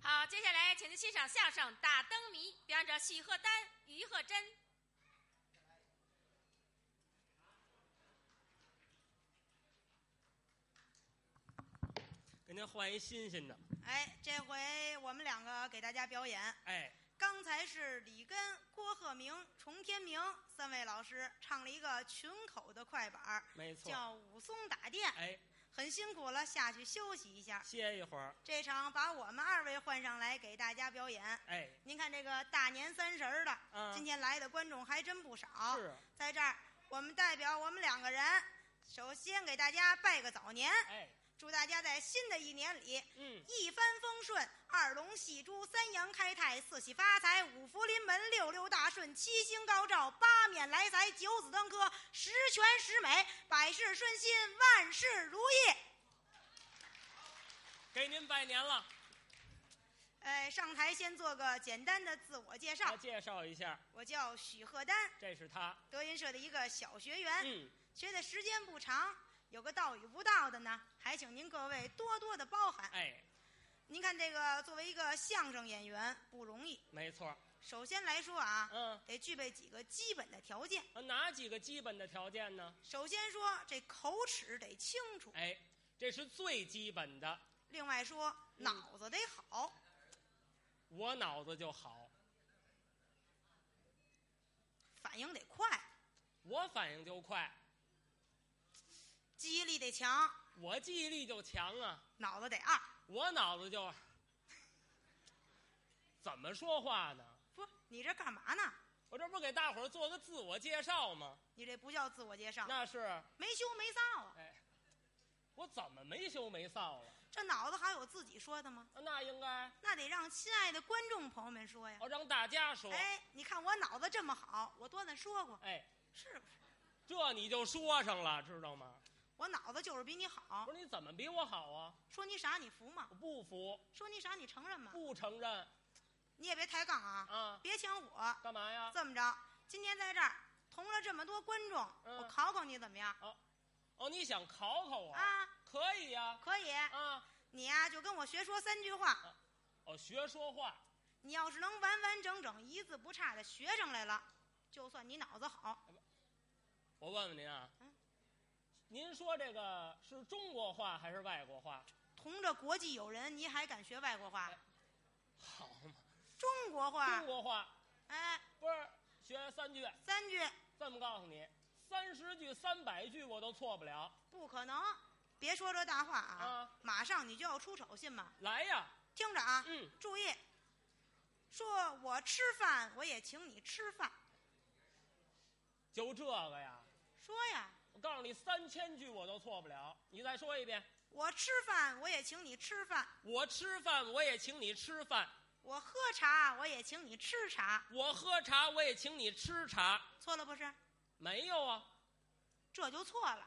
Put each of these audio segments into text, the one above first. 好，接下来请您欣赏相声《打灯谜》，表演者许鹤丹、于鹤珍。给您换一新鲜的，哎，这回我们两个给大家表演。哎，刚才是李根、郭鹤鸣、崇天明三位老师唱了一个群口的快板儿，没错叫武松打店，哎，很辛苦了，下去休息一下。歇一会儿，这场把我们二位换上来给大家表演。哎，您看这个大年三十儿的，嗯今天来的观众还真不少。是在这儿我们代表我们两个人，首先给大家拜个早年，哎，祝大家在新的一年里，嗯一帆风顺，二龙戏珠，三阳开泰，四喜发财，五福临门，六六大顺，七星高照，八面来财，九子登科，十全十美，百事顺心，万事如意。给您拜年了，呃，上台先做个简单的自我介我绍，介绍一下，我叫许鹤丹，这是他，德云社的一个小学员，嗯，学的时间不长，有个道与不道的呢，还请您各位多多的包涵。哎，您看这个，作为一个相声演员不容易，没错，首先来说啊，嗯得具备几个基本的条件。哪几个基本的条件呢？首先说这口齿得清楚，哎，这是最基本的，另外说脑子得好。我脑子就好，反应得快，我反应就快，记忆力得强，我记忆力就强啊，脑子得二。我脑子就怎么说话呢？不，你这干嘛呢？我这不是给大伙儿做个自我介绍吗？你这不叫自我介绍，那是，没羞没臊啊！哎，我怎么没羞没臊了？这脑子还有自己说的吗？那应该那得让亲爱的观众朋友们说呀。我让大家说，哎，你看我脑子这么好，我多的说过，哎，是不是？这你就说上了，知道吗？我脑子就是比你好不。是你怎么比我好啊？说你傻你服吗我？不服，说你傻你承认吗？不承认你也别抬杠啊，啊？别抢我。干嘛呀？这么着，今天在这儿同了这么多观众，嗯我考考你怎么样？哦，你想考考我？啊，可以呀、可以，啊，你呀、就跟我学说三句话。哦，学说话，你要是能完完整整、一字不差的学上来了，就算你脑子好。我问问您啊嗯，您说这个是中国话还是外国话？同着国际友人，你还敢学外国话哎？好嘛，嗯中国话中，国话哎，不是学三句，三句这么告诉你，三十句、三百句我都错不了。不可能。别说这大话啊！啊马上你就要出丑，信吗？来呀，听着啊，嗯，注意，说我吃饭，我也请你吃饭。就这个呀。说呀，我告诉你，三千句我都错不了。你再说一遍，我吃饭，我也请你吃饭。我吃饭我也请你吃饭，我喝茶，我也请你吃茶，我喝茶我也请你吃茶。错了不是？没有啊，这就错了，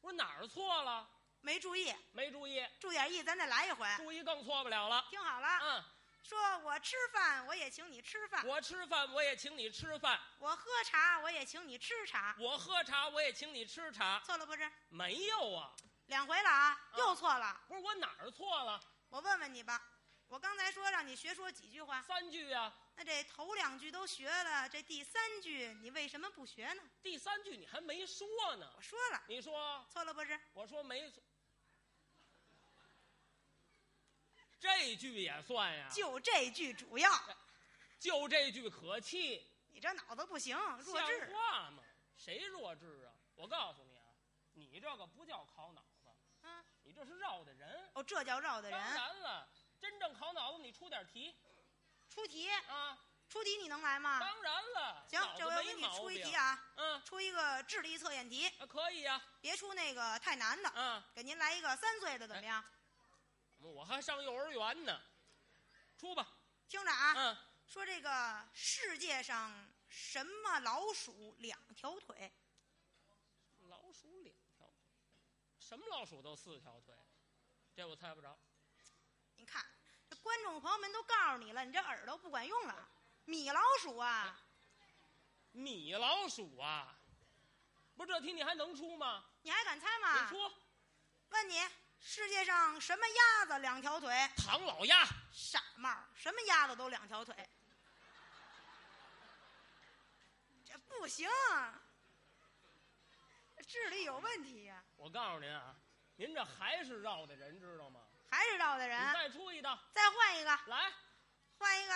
我说哪儿错了？没注意，没注意，注点意，咱再来一回。注意更错不了了。听好了，嗯，说我吃饭，我也请你吃饭；我吃饭我也请你吃饭，我喝茶，我也请你吃茶，我喝茶我也请你吃茶。错了不是？没有啊，两回了啊，啊又错了。不是我哪儿错了？我问问你吧，我刚才说让你学说几句话，三句啊，那这头两句都学了，这第三句你为什么不学呢？第三句你还没说呢我。说了，你说，错了不是？我说没错，这句也算呀。就这句主要，就这句可气，你这脑子不行，弱像智。啊话吗？谁弱智啊？我告诉你啊，你这个不叫考脑子，嗯，你这是绕的人。哦，这叫绕的当人。然了，真正考脑子，你出点题出题，啊。出题你能来吗？当然了，啊行脑，子这回我没给你毛出一病题。啊，嗯，出一个智力测验题，啊可以呀、别出那个太难的，啊，给您来一个三岁的怎么样？我还上幼儿园呢。出吧，听着啊，嗯，说这个世界上什么老鼠两条腿？老鼠两条腿，什么老鼠都四条腿，这我猜不着。你看，这观众朋友们都告诉你了，你这耳朵不管用了。米老鼠嗯啊，米老鼠啊，不是这题你还能出吗？你还敢猜你吗？出，问你，世界上什么鸭子两条腿？唐老鸭，傻帽儿，什么鸭子都两条腿，这不行啊，智力有问题呀、我告诉您啊，您这还是绕的人，知道吗？还是绕的你人。再出一道，再换一个，来换一个，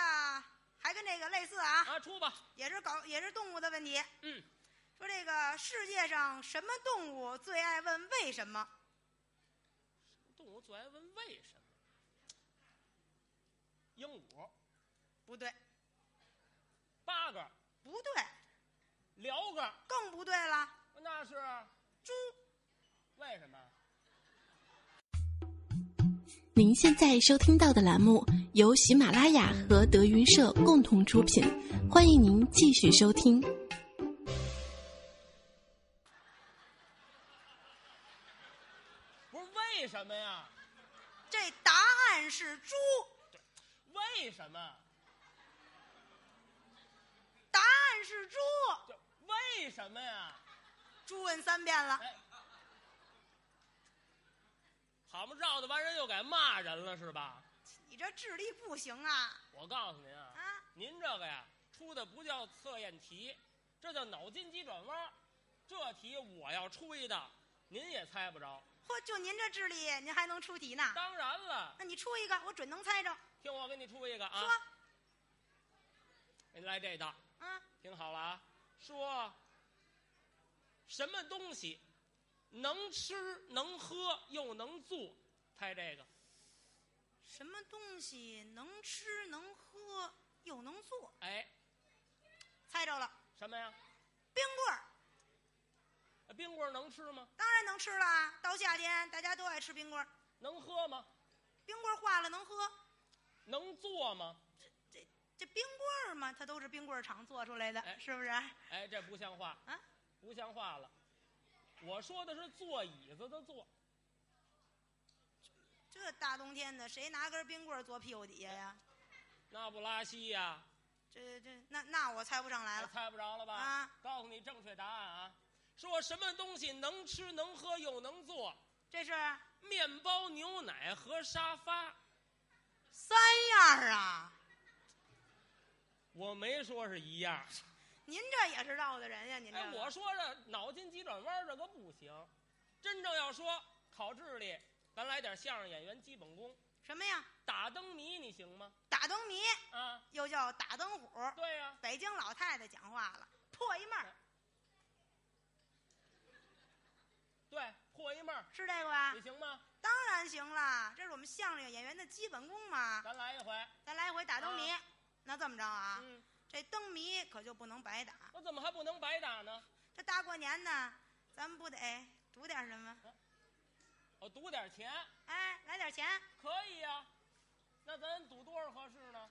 还跟这个类似啊，啊，出吧。也是搞也是动物的问题。嗯，说这个世界上什么动物最爱问为什么？动物最爱问为什么？鹦鹉、不对，八哥、不对，鹩哥，更不对了。那是猪，为什么？您现在收听到的栏目由喜马拉雅和德云社共同出品，欢迎您继续收听。不是为什么呀？这答案是猪，为什么？答案是猪。这为什么呀？猪问三遍了，哎，好嘛，绕的完人又改骂人了是吧？你这智力不行啊我告诉您啊，啊！您这个呀出的不叫测验题，这叫脑筋急转弯儿。这题我要出一道，您也猜不着。嚯，就您这智力，您还能出题呢？当然了，那你出一个，我准能猜着。听我给你出一个啊说，，给你来这道，啊，听好了啊，说什么东西能吃能喝又能做？猜这个，什么东西能吃能喝又能做？哎，猜着了，什么呀？冰棍儿冰棍儿能吃吗？当然能吃了啊，到夏天大家都爱吃冰棍儿，能喝吗？冰棍儿化了能喝。能做吗？这冰棍儿嘛，它都是冰棍儿厂做出来的，哎是不是？哎，这不像话啊，不像话了。我说的是坐椅子的坐，这大冬天的，谁拿根冰棍儿坐屁股底下呀？那不拉稀呀、这这，那那我猜不上来还了猜不着了吧？啊！告诉你正确答案啊，说什么东西能吃能喝又能做？这是面包、牛奶和沙发，三样儿啊！我没说是一样。您这也是绕的人呀，您这哎，个、我说这脑筋急转弯这个不行，真正要说考智力，咱来点相声演员基本功，什么呀？打灯谜你行吗？打灯谜啊，又叫打灯虎，对呀、北京老太太讲话了，破一闷儿对，破一闷儿，是这个吧你？行吗？当然行了，这是我们相声演员的基本功嘛。咱来一回。咱来一回打灯谜，那这么着啊，嗯，这灯谜可就不能白打。我怎么还不能白打呢？这大过年呢，咱们不得赌点什么？我赌点钱哎，来点钱，可以呀、那咱赌多少合适呢？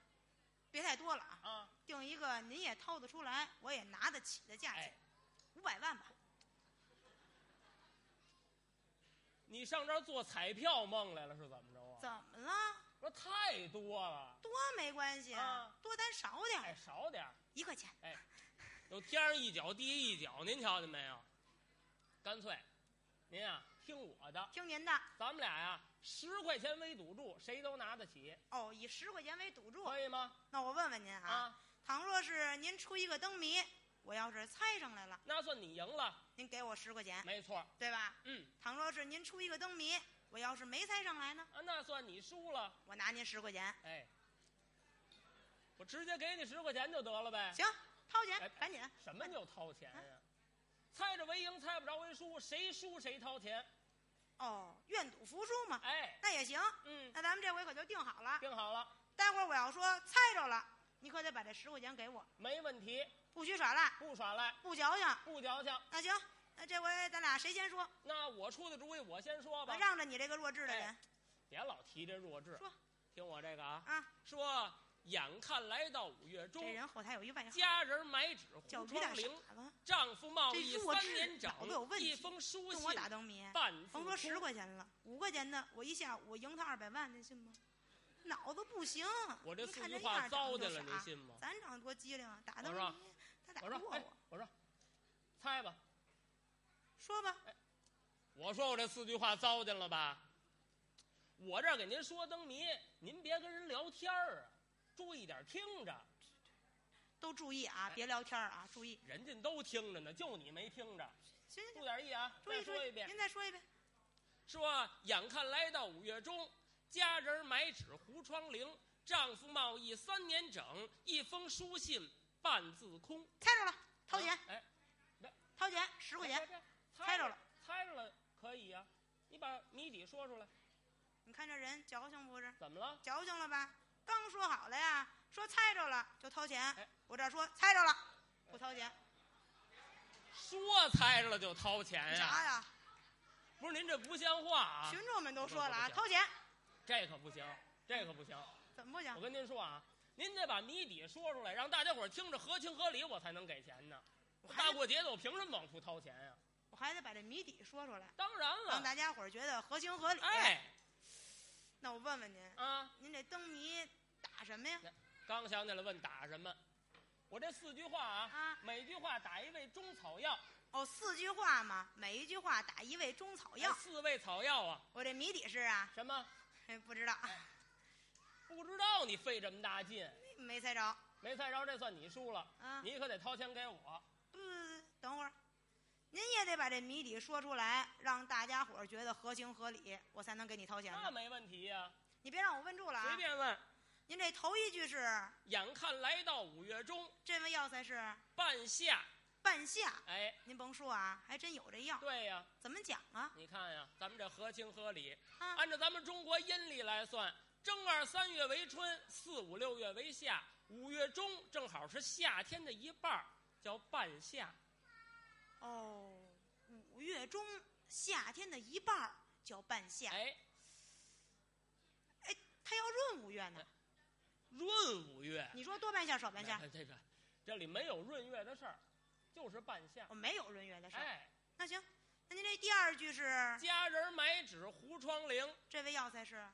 别太多了啊，啊，定一个您也掏得出来，我也拿得起的价钱哎，，五百万吧。你上这儿做彩票梦来了是怎么着啊？怎么了？说太多了，多没关系，啊多咱少点哎，儿，少点儿，一块钱。有天上一脚地下一脚，您瞧见没有？干脆，您啊听我的，听您的咱们俩呀、十块钱为赌注，谁都拿得起，哦，以十块钱为赌注。可以吗？那我问问您啊，啊，倘若是您出一个灯谜，我要是猜上来了，那算你赢了，您给我十块钱，没错儿。对吧？嗯，倘若是您出一个灯谜，我要是没猜上来呢，啊，那算你输了。我拿您十块钱。哎，我直接给你十块钱就得了呗。行，掏哎钱，赶紧。什么叫掏钱啊呀、猜着为赢，猜不着为输，谁输谁掏钱。哦，愿赌服输嘛，哎，那也行。嗯，那咱们这回可就定好了，定好了，待会儿我要说猜着了，你可得把这十块钱给我，没问题，不许耍赖，不耍赖，不矫情。不矫情。那行，那这回咱俩谁先说？那我出的主意，我先说吧哎我。让着你这个弱智的人。别老提这弱智。说，听我这个啊，啊说眼看来到五月中这，人啊后台有一外号家人买纸糊叫窗驴大傻棂，子，丈夫贸这易弱三智年脑整子有，问一题封书跟信我打灯谜，半字甭说十空块钱了，五块钱的我一下午我赢他二百万，您信吗？脑子不行，我这您四看句这样话儿长糟得践就啊了，傻你信吗？咱长得多机灵啊，打我灯说谜他打我不过说，哎我。，我说，猜吧。说吧，我说我这四句话糟践了吧？我这儿给您说灯谜，您别跟人聊天儿啊，注意点听着，都注意哎啊，别聊天儿啊，注意。人家都听着呢，就你没听着。行行注行，点意啊，注意再注说意一，遍。您再说一遍。说，眼看来到五月中，家人买纸糊窗棂，丈夫贸易三年整，一封书信半字空。猜着了，掏钱，啊哎，掏钱，十块钱。这，猜着了，猜着了，可以呀、你把谜底说出来，你看这人矫情不是？怎么了？矫情了吧？刚说好了呀，说猜着了就掏钱哎。我这儿说猜着了，不掏钱，说猜着了就掏钱啊哎呀、啥呀？不是您这不像话啊！群众们都说了不不啊，不掏钱这可不行，这可不行。怎么不我行？跟您说啊，您得把谜底说出来，让大家伙儿听着合情合理，我才能给钱呢。我还大得过节的，我凭什么往出掏钱呀、我还得把这谜底说出来，当然让了，大家伙儿觉得合情合理。哎那我问问您，啊，您这灯谜打什么呀？刚想起来问打什么，我这四句话啊，啊，每句话打一味中草药，哦，四句话嘛，每一句话打一味中草药哎。四味草药啊，我这谜底是啊，什么？嘿不知道，哎不知道你费这么大劲，没猜着没猜着，这算你输了，啊。你可得掏钱给我。不不不，等会儿，您也得把这谜底说出来，让大家伙儿觉得合情合理，我才能给你掏钱那呢。没问题呀、你别让我问住了随啊！便问。您这头一句是眼看来到五月中，这味药材是半夏，半夏，哎，您甭说啊，还真有这药，对呀、怎么讲啊？你看呀、咱们这合情合理。啊按照咱们中国阴历来算，正二三月为春，四五六月为夏，五月中正好是夏天的一半儿，叫半夏。哦，五月中夏天的一半儿叫半夏，哎，它要闰五月呢。闰五月，你说多半夏少半夏？哎这个这里没有闰月的事儿，就是半夏我。没有闰月的事儿。哎，那行，那您这第二句是家人买纸糊窗棂，这味药材是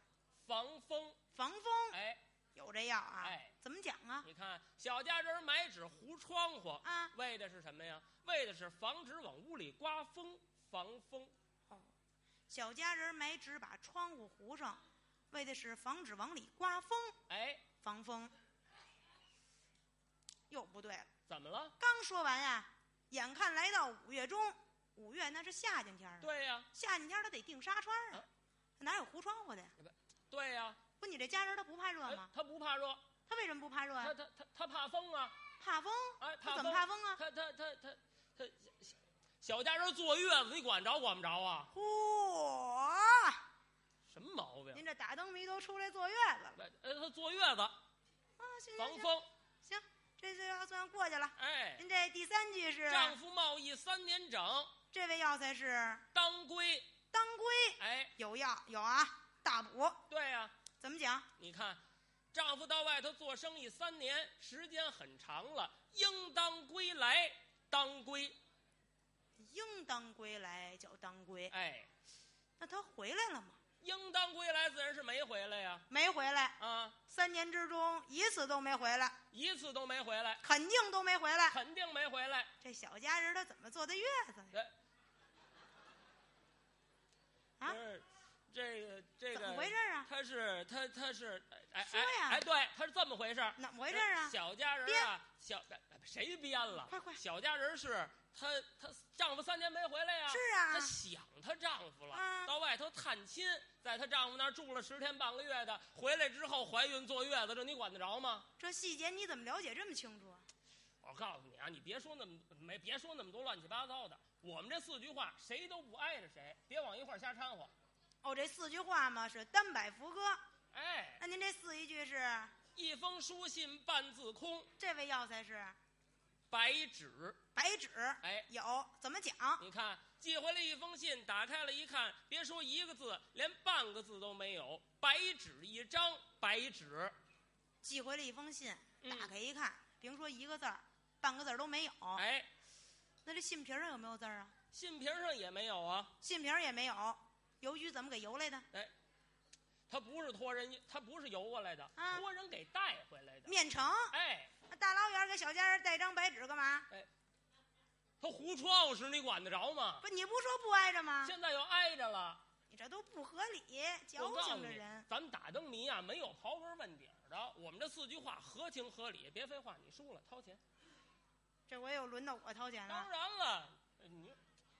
防风。防风，哎有这药啊？哎，怎么讲啊？你看，小家人买纸糊窗户，啊，为的是什么呀？为的是防止往屋里刮风，防风。小家人买纸把窗户糊上，为的是防止往里刮风，哎，防风。又不对了，怎么了？刚说完啊，眼看来到五月中，五月那是夏天天儿啊，对呀、夏天天儿它得定纱窗啊，啊哪有糊窗户的呀？对呀、不，你这家人他不怕热哎吗？他不怕热，他为什么不怕热呀、他他他他怕风啊！怕风，哎，他怕怎么风，怕风啊？他他他他他小家人坐月子，你管着管不着啊？嚯！哎什么毛病？您这打灯谜都出来坐月子了呃，他坐月子啊！行防行行，风，这这要算过去了。哎，您这第三句是啊丈夫贸易三年整，这味药材是当归，当归，哎，有药有啊，大补。对呀、怎么讲？你看，丈夫到外头做生意三年，时间很长了，应当归来，当归，应当归来叫当归，哎，那他回来了吗？应当归来自然是没回来呀，没回来，啊，三年之中一次都没回来，一次都没回来，肯定都没回来。肯定没回来。这小家人他怎么坐的月子呀？啊不是，这个这怎个么回事儿啊？他是他他是哎说哎呀哎，对，他是这么回事儿。怎么回事儿啊？小家人儿啊，小哎谁编了？快快小家人儿是她她丈夫三年没回来呀、是她啊，想她丈夫了，啊到外头探亲，在她丈夫那儿住了十天半个月的，回来之后怀孕坐月子，这你管得着吗？这细节你怎么了解这么清楚啊？我告诉你啊，你别说那么没别说那么多乱七八糟的，我们这四句话谁都不挨着谁，别往一块儿瞎掺和。哦，这四句话嘛是单摆福歌。哎，那您这四一句是一封书信半字空，这味药材是白纸。白纸，哎，有怎么讲？你看寄回来一封信，打开了一看，别说一个字，连半个字都没有，白纸一张，白纸。寄回了一封信，嗯打开一看，甭说一个字儿，半个字儿都没有。哎，那这信皮儿上有没有字儿啊？信瓶上也没有啊。信皮儿也没有，邮局怎么给邮来的？他不是托人，他不是邮过来的，啊托人给带回来的。面呈，哎，那大老远儿给小家人带张白纸干嘛？他糊窗户时你管得着吗？不，你不说不挨着吗？现在又挨着了，你这都不合理，矫我告情诉这你人，，咱打灯谜啊，没有刨根问底儿的。我们这四句话合情合理，别废话，你输了掏钱。这回又轮到我掏钱当了，然了，呃你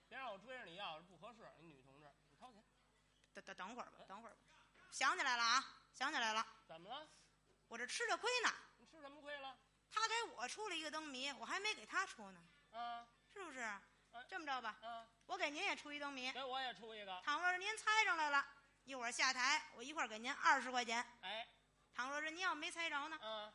别让我追着你要，不合适。你女同志，你掏钱，等等等会儿吧，等会儿吧，想起来了啊，想起来了，怎么了？我这吃着亏呢，你吃什么亏了？他给我出了一个灯谜，我还没给他出呢，啊是不是？这么着吧，啊，我给您也出一灯谜，给我也出一个。倘若是您猜上来了，一会儿下台我一块儿给您二十块钱，哎倘若是您要没猜着呢，啊，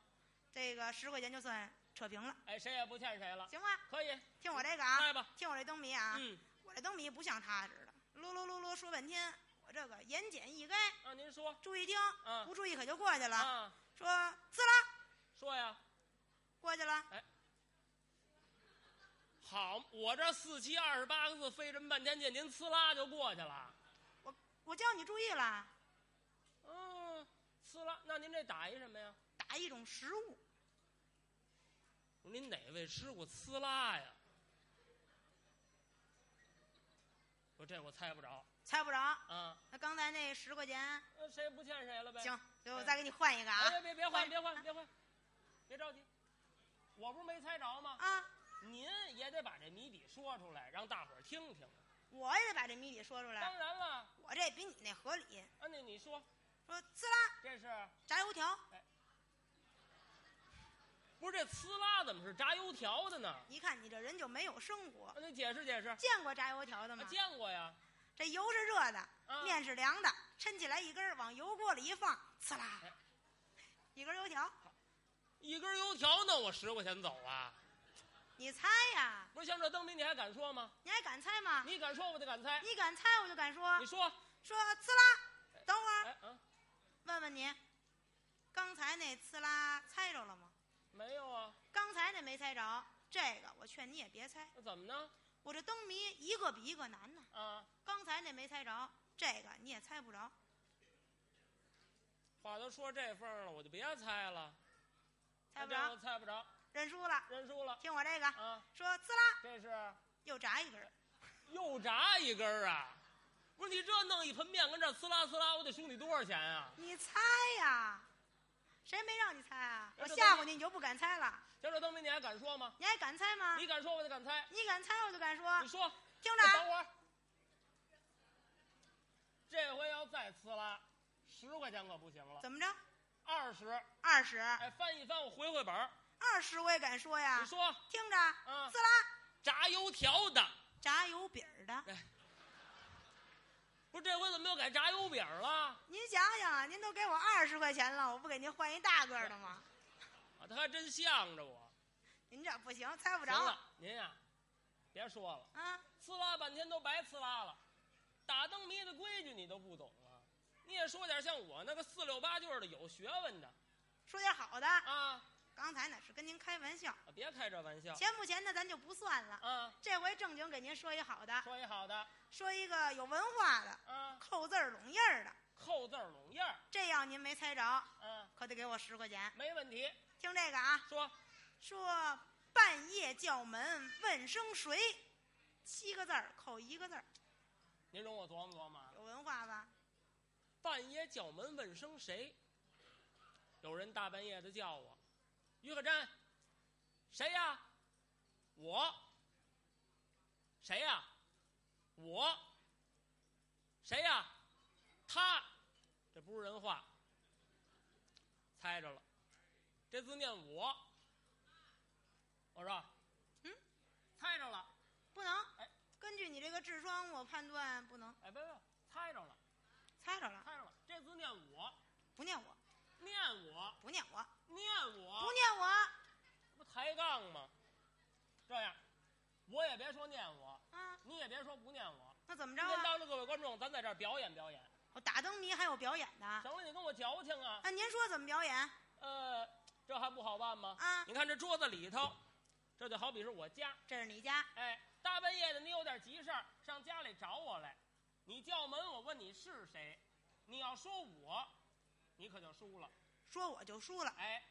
这个十块钱就算扯平了，哎，谁也不欠谁了，行吧？可以听我这个啊，卖吧。听我这灯谜啊，嗯，我这灯谜不像他似的，啰啰啰啰说半天，我这个言简意赅，让您说注意听，啊不注意可就过去了。啊，说滋啦，说呀。过去了，好，我这四七二十八个字费这么半天劲，您呲啦就过去了。我叫你注意了，嗯，呲啦，那您这打一什么呀？打一种食物，您哪位吃过呲啦呀？我这我猜不着猜不着。啊，那刚才那十块钱，呃谁不欠谁了呗？行，所以我再给你换一个哎，啊别别别换，换别换，别换，别着急，我不是没猜着吗？啊！您也得把这谜底说出来，让大伙儿听听。我也得把这谜底说出来当，然了，我这比你那合理。安妮，你说说滋啦，这是炸油条，不是这呲啦怎么是炸油条的呢？一看你这人就没有生活。安妮解释解释。见过炸油条的啊吗？见过呀，这油是热的，啊，面是凉的，抻起来一根儿往油锅里一放，呲啦哎，一根油条。一根油条呢，我十块钱走啊！你猜呀？不是像这灯谜，你还敢说吗？你还敢猜吗？你敢说，我就敢猜。你敢猜，我就敢说你说，说呲啦。等会儿哎啊，问问你，刚才那呲啦猜着了吗？没有啊？刚才那没猜着，这个我劝你也别猜。那怎么呢？我这灯谜一个比一个难呢。啊，刚才那没猜着，这个你也猜不着。话都说这份儿了，我就别猜了，啊猜不那这样着我，猜不着，认输了。认输了听我这个，啊！说滋啦，这是又炸一根儿，又炸一根儿啊！不是你这弄一盆面跟这儿呲啦呲啦，我得收你多少钱啊？你猜呀？谁没让你猜啊？哎我这吓都唬你，你就不敢猜了。像这灯谜，你还敢说吗？你还敢猜吗？你敢说，我就敢猜。你敢猜，我就敢说。你说，听着那啊，等会儿，这回要再呲啦，十块钱可不行了，怎么着？二十。二十，哎，翻一翻，我回回本儿。二十我也敢说你呀。说听着，啊滋，啦，炸油条的，炸油饼儿的。不是这回怎么又改炸油饼儿了？啊，您想想啊，您都给我二十块钱了，我不给您换一大个儿的吗？他还真向着我。您这不行，猜不行着了，您呀、别说了，啊。呲啦半天都白呲啦了，打灯谜的规矩你都不懂啊？你也说点像我那个四六八句儿的有学问的说点好的，啊！刚才那是跟您开玩笑，别开这玩笑钱不钱的咱就不算了。啊！这回正经给您说一好的，说一好的说一个有文化的，啊，扣字儿拢印儿的，扣字儿拢印儿这要您没猜着，啊，可得给我十块钱。没问题。听这个啊，说说半夜叫门问声谁，七个字儿扣一个字儿，您容我琢磨琢磨啊，有文化吧？半夜叫门问声谁？有人大半夜的叫我，于可真，谁呀？我。谁呀？我。谁呀？他。这不是人话。猜着了，这字念我。我说，嗯，猜着了。不能哎，根据你这个智商，我判断不能。哎，别别，猜着了，猜着了，猜着了。这字念我，不念我，念我，不念我，念我。不念我不抬杠吗？这样，我也别说念我，啊！你也别说不念我。那怎么着今天啊？当着各位观众，咱在这儿表演表演。我打灯谜还有表演呢。行了，你跟我矫情啊？啊，您说怎么表演呃，这还不好办吗？啊？你看这桌子里头，这就好比是我家。这是你家，哎，大半夜的，你有点急事儿，上家里找我来。你叫门，我问你是谁。你要说我，你可就输了。说我就输了。哎，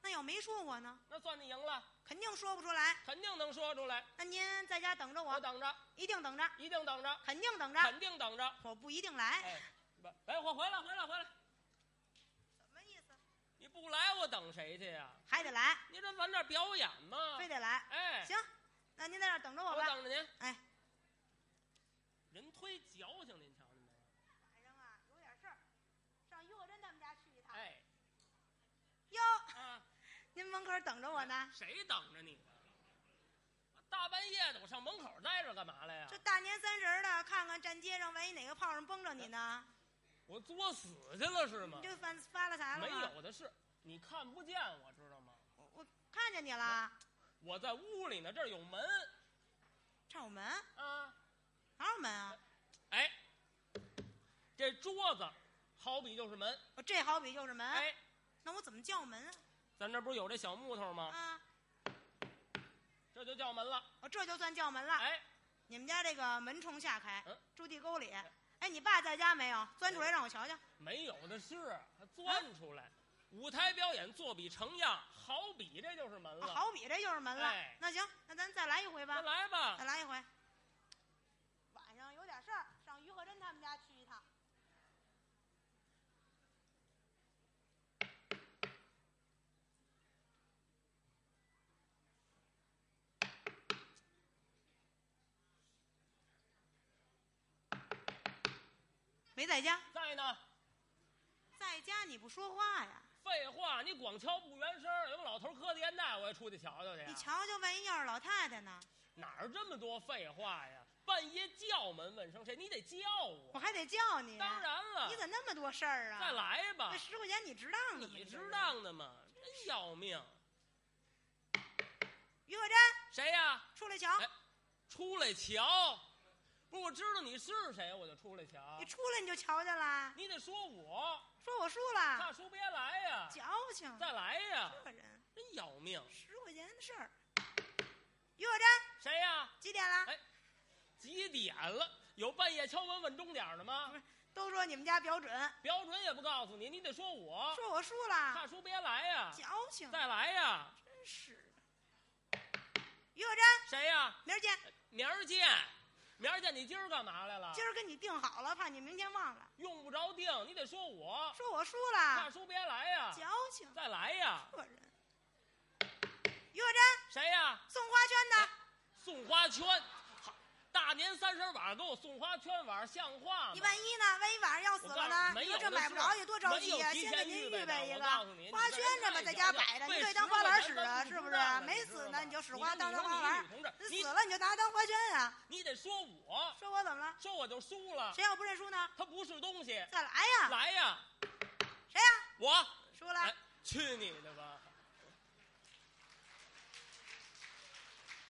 那要没说我呢，那算你赢了，肯定说不出来。肯定能说出来。那您在家等着我我，等着，一定等着，一定等着，肯定等着，肯定等着。我不一定来。哎，不哎，我回来，回来，回来！什么意思？你不来，我等谁去呀？还得来，你这咱这儿表演嘛？非得来。哎，行，那您在这儿等着我我吧。等着您。哎，人忒矫情，您瞧见没有？晚上啊有点事儿，上于果珍他们家去一趟。哎，哟，啊，您门口等着我呢。谁等着你呢？大半夜的，我上门口待着干嘛来呀这？大年三十儿的，看看站街上，万一哪个炮上崩着你呢，我作死去了是吗你？就犯发了财了嗯啊没吗？有的事，你看不见我知道吗？我我看见你了，我在屋里呢，这儿有门这儿有门，啊。哪有门啊？哎，这桌子好比就是门。我哦这好比就是门，哎，那我怎么叫门啊？咱这不是有这小木头吗？啊，这就叫门了。我哦这就算叫门了。哎，你们家这个门冲下开嗯，住地沟里。哎，你爸在家没有？钻出来让我瞧瞧。没有的事，还钻出来。舞台表演作比成样，好比这就是门啊了。，好比这就是门了哎。那行，那咱再来一回那吧，来吧再。来一回。晚上有点事儿，上于和珍他们家去一趟。没在家，在呢。在家你不说话呀？废话，你光瞧不原声儿，有个老头磕的烟袋，我也出去瞧哎瞧去呀。啊你瞧瞧，万一要是老太太呢？哪儿这么多废话呀？半夜叫门问声谁，你得叫我我。还得叫你。当然了，啊你怎么那么多事儿啊？再来吧那，十块钱你值当的吗？你这值是。当的吗？真要命！于可珍，谁呀？出来瞧，哎出来瞧！不是，我知道你是谁，我就出来瞧你。出来你就瞧见了，你得说我，说我输了，大叔别来呀，矫情，再来呀，这人真要命！十块钱的事儿。于可珍，谁呀？几点了？哎几点了？有半夜敲门问钟点儿的吗不？是都说你们家标准，标准也不告诉你，你得说我。说我啊输了大，叔别来呀，矫情，再来呀，真是的。于可珍，谁呀？明儿见。明儿见，明儿见。你今儿干嘛来了？今儿跟你定好了，怕你明天忘了。用不着定，你得说我。说我输大了，叔别来呀，矫情，再来呀。这人。于可珍，谁呀？送花哎圈的，送花圈，好大年三十晚上给我送花圈玩儿，像话吗你？万一呢？万一晚上要死我了告诉呢你？没你有说这的买事不儿着也多着没急有呀！提先前给您预预备的备一我个告诉你花你圈这，这人么太在家矫情摆着，你被可以识当花破篮咱使咱啊，不是不知是道啊？没你知死道呢，吗你就使你花这当女当的花你篮女同志，这你死了你就拿当花圈啊！你得说我，说我怎么了？说我就输了，谁要不认输呢？他不是东西。啊再来呀！来呀，谁呀？我输了哎，去你的吧！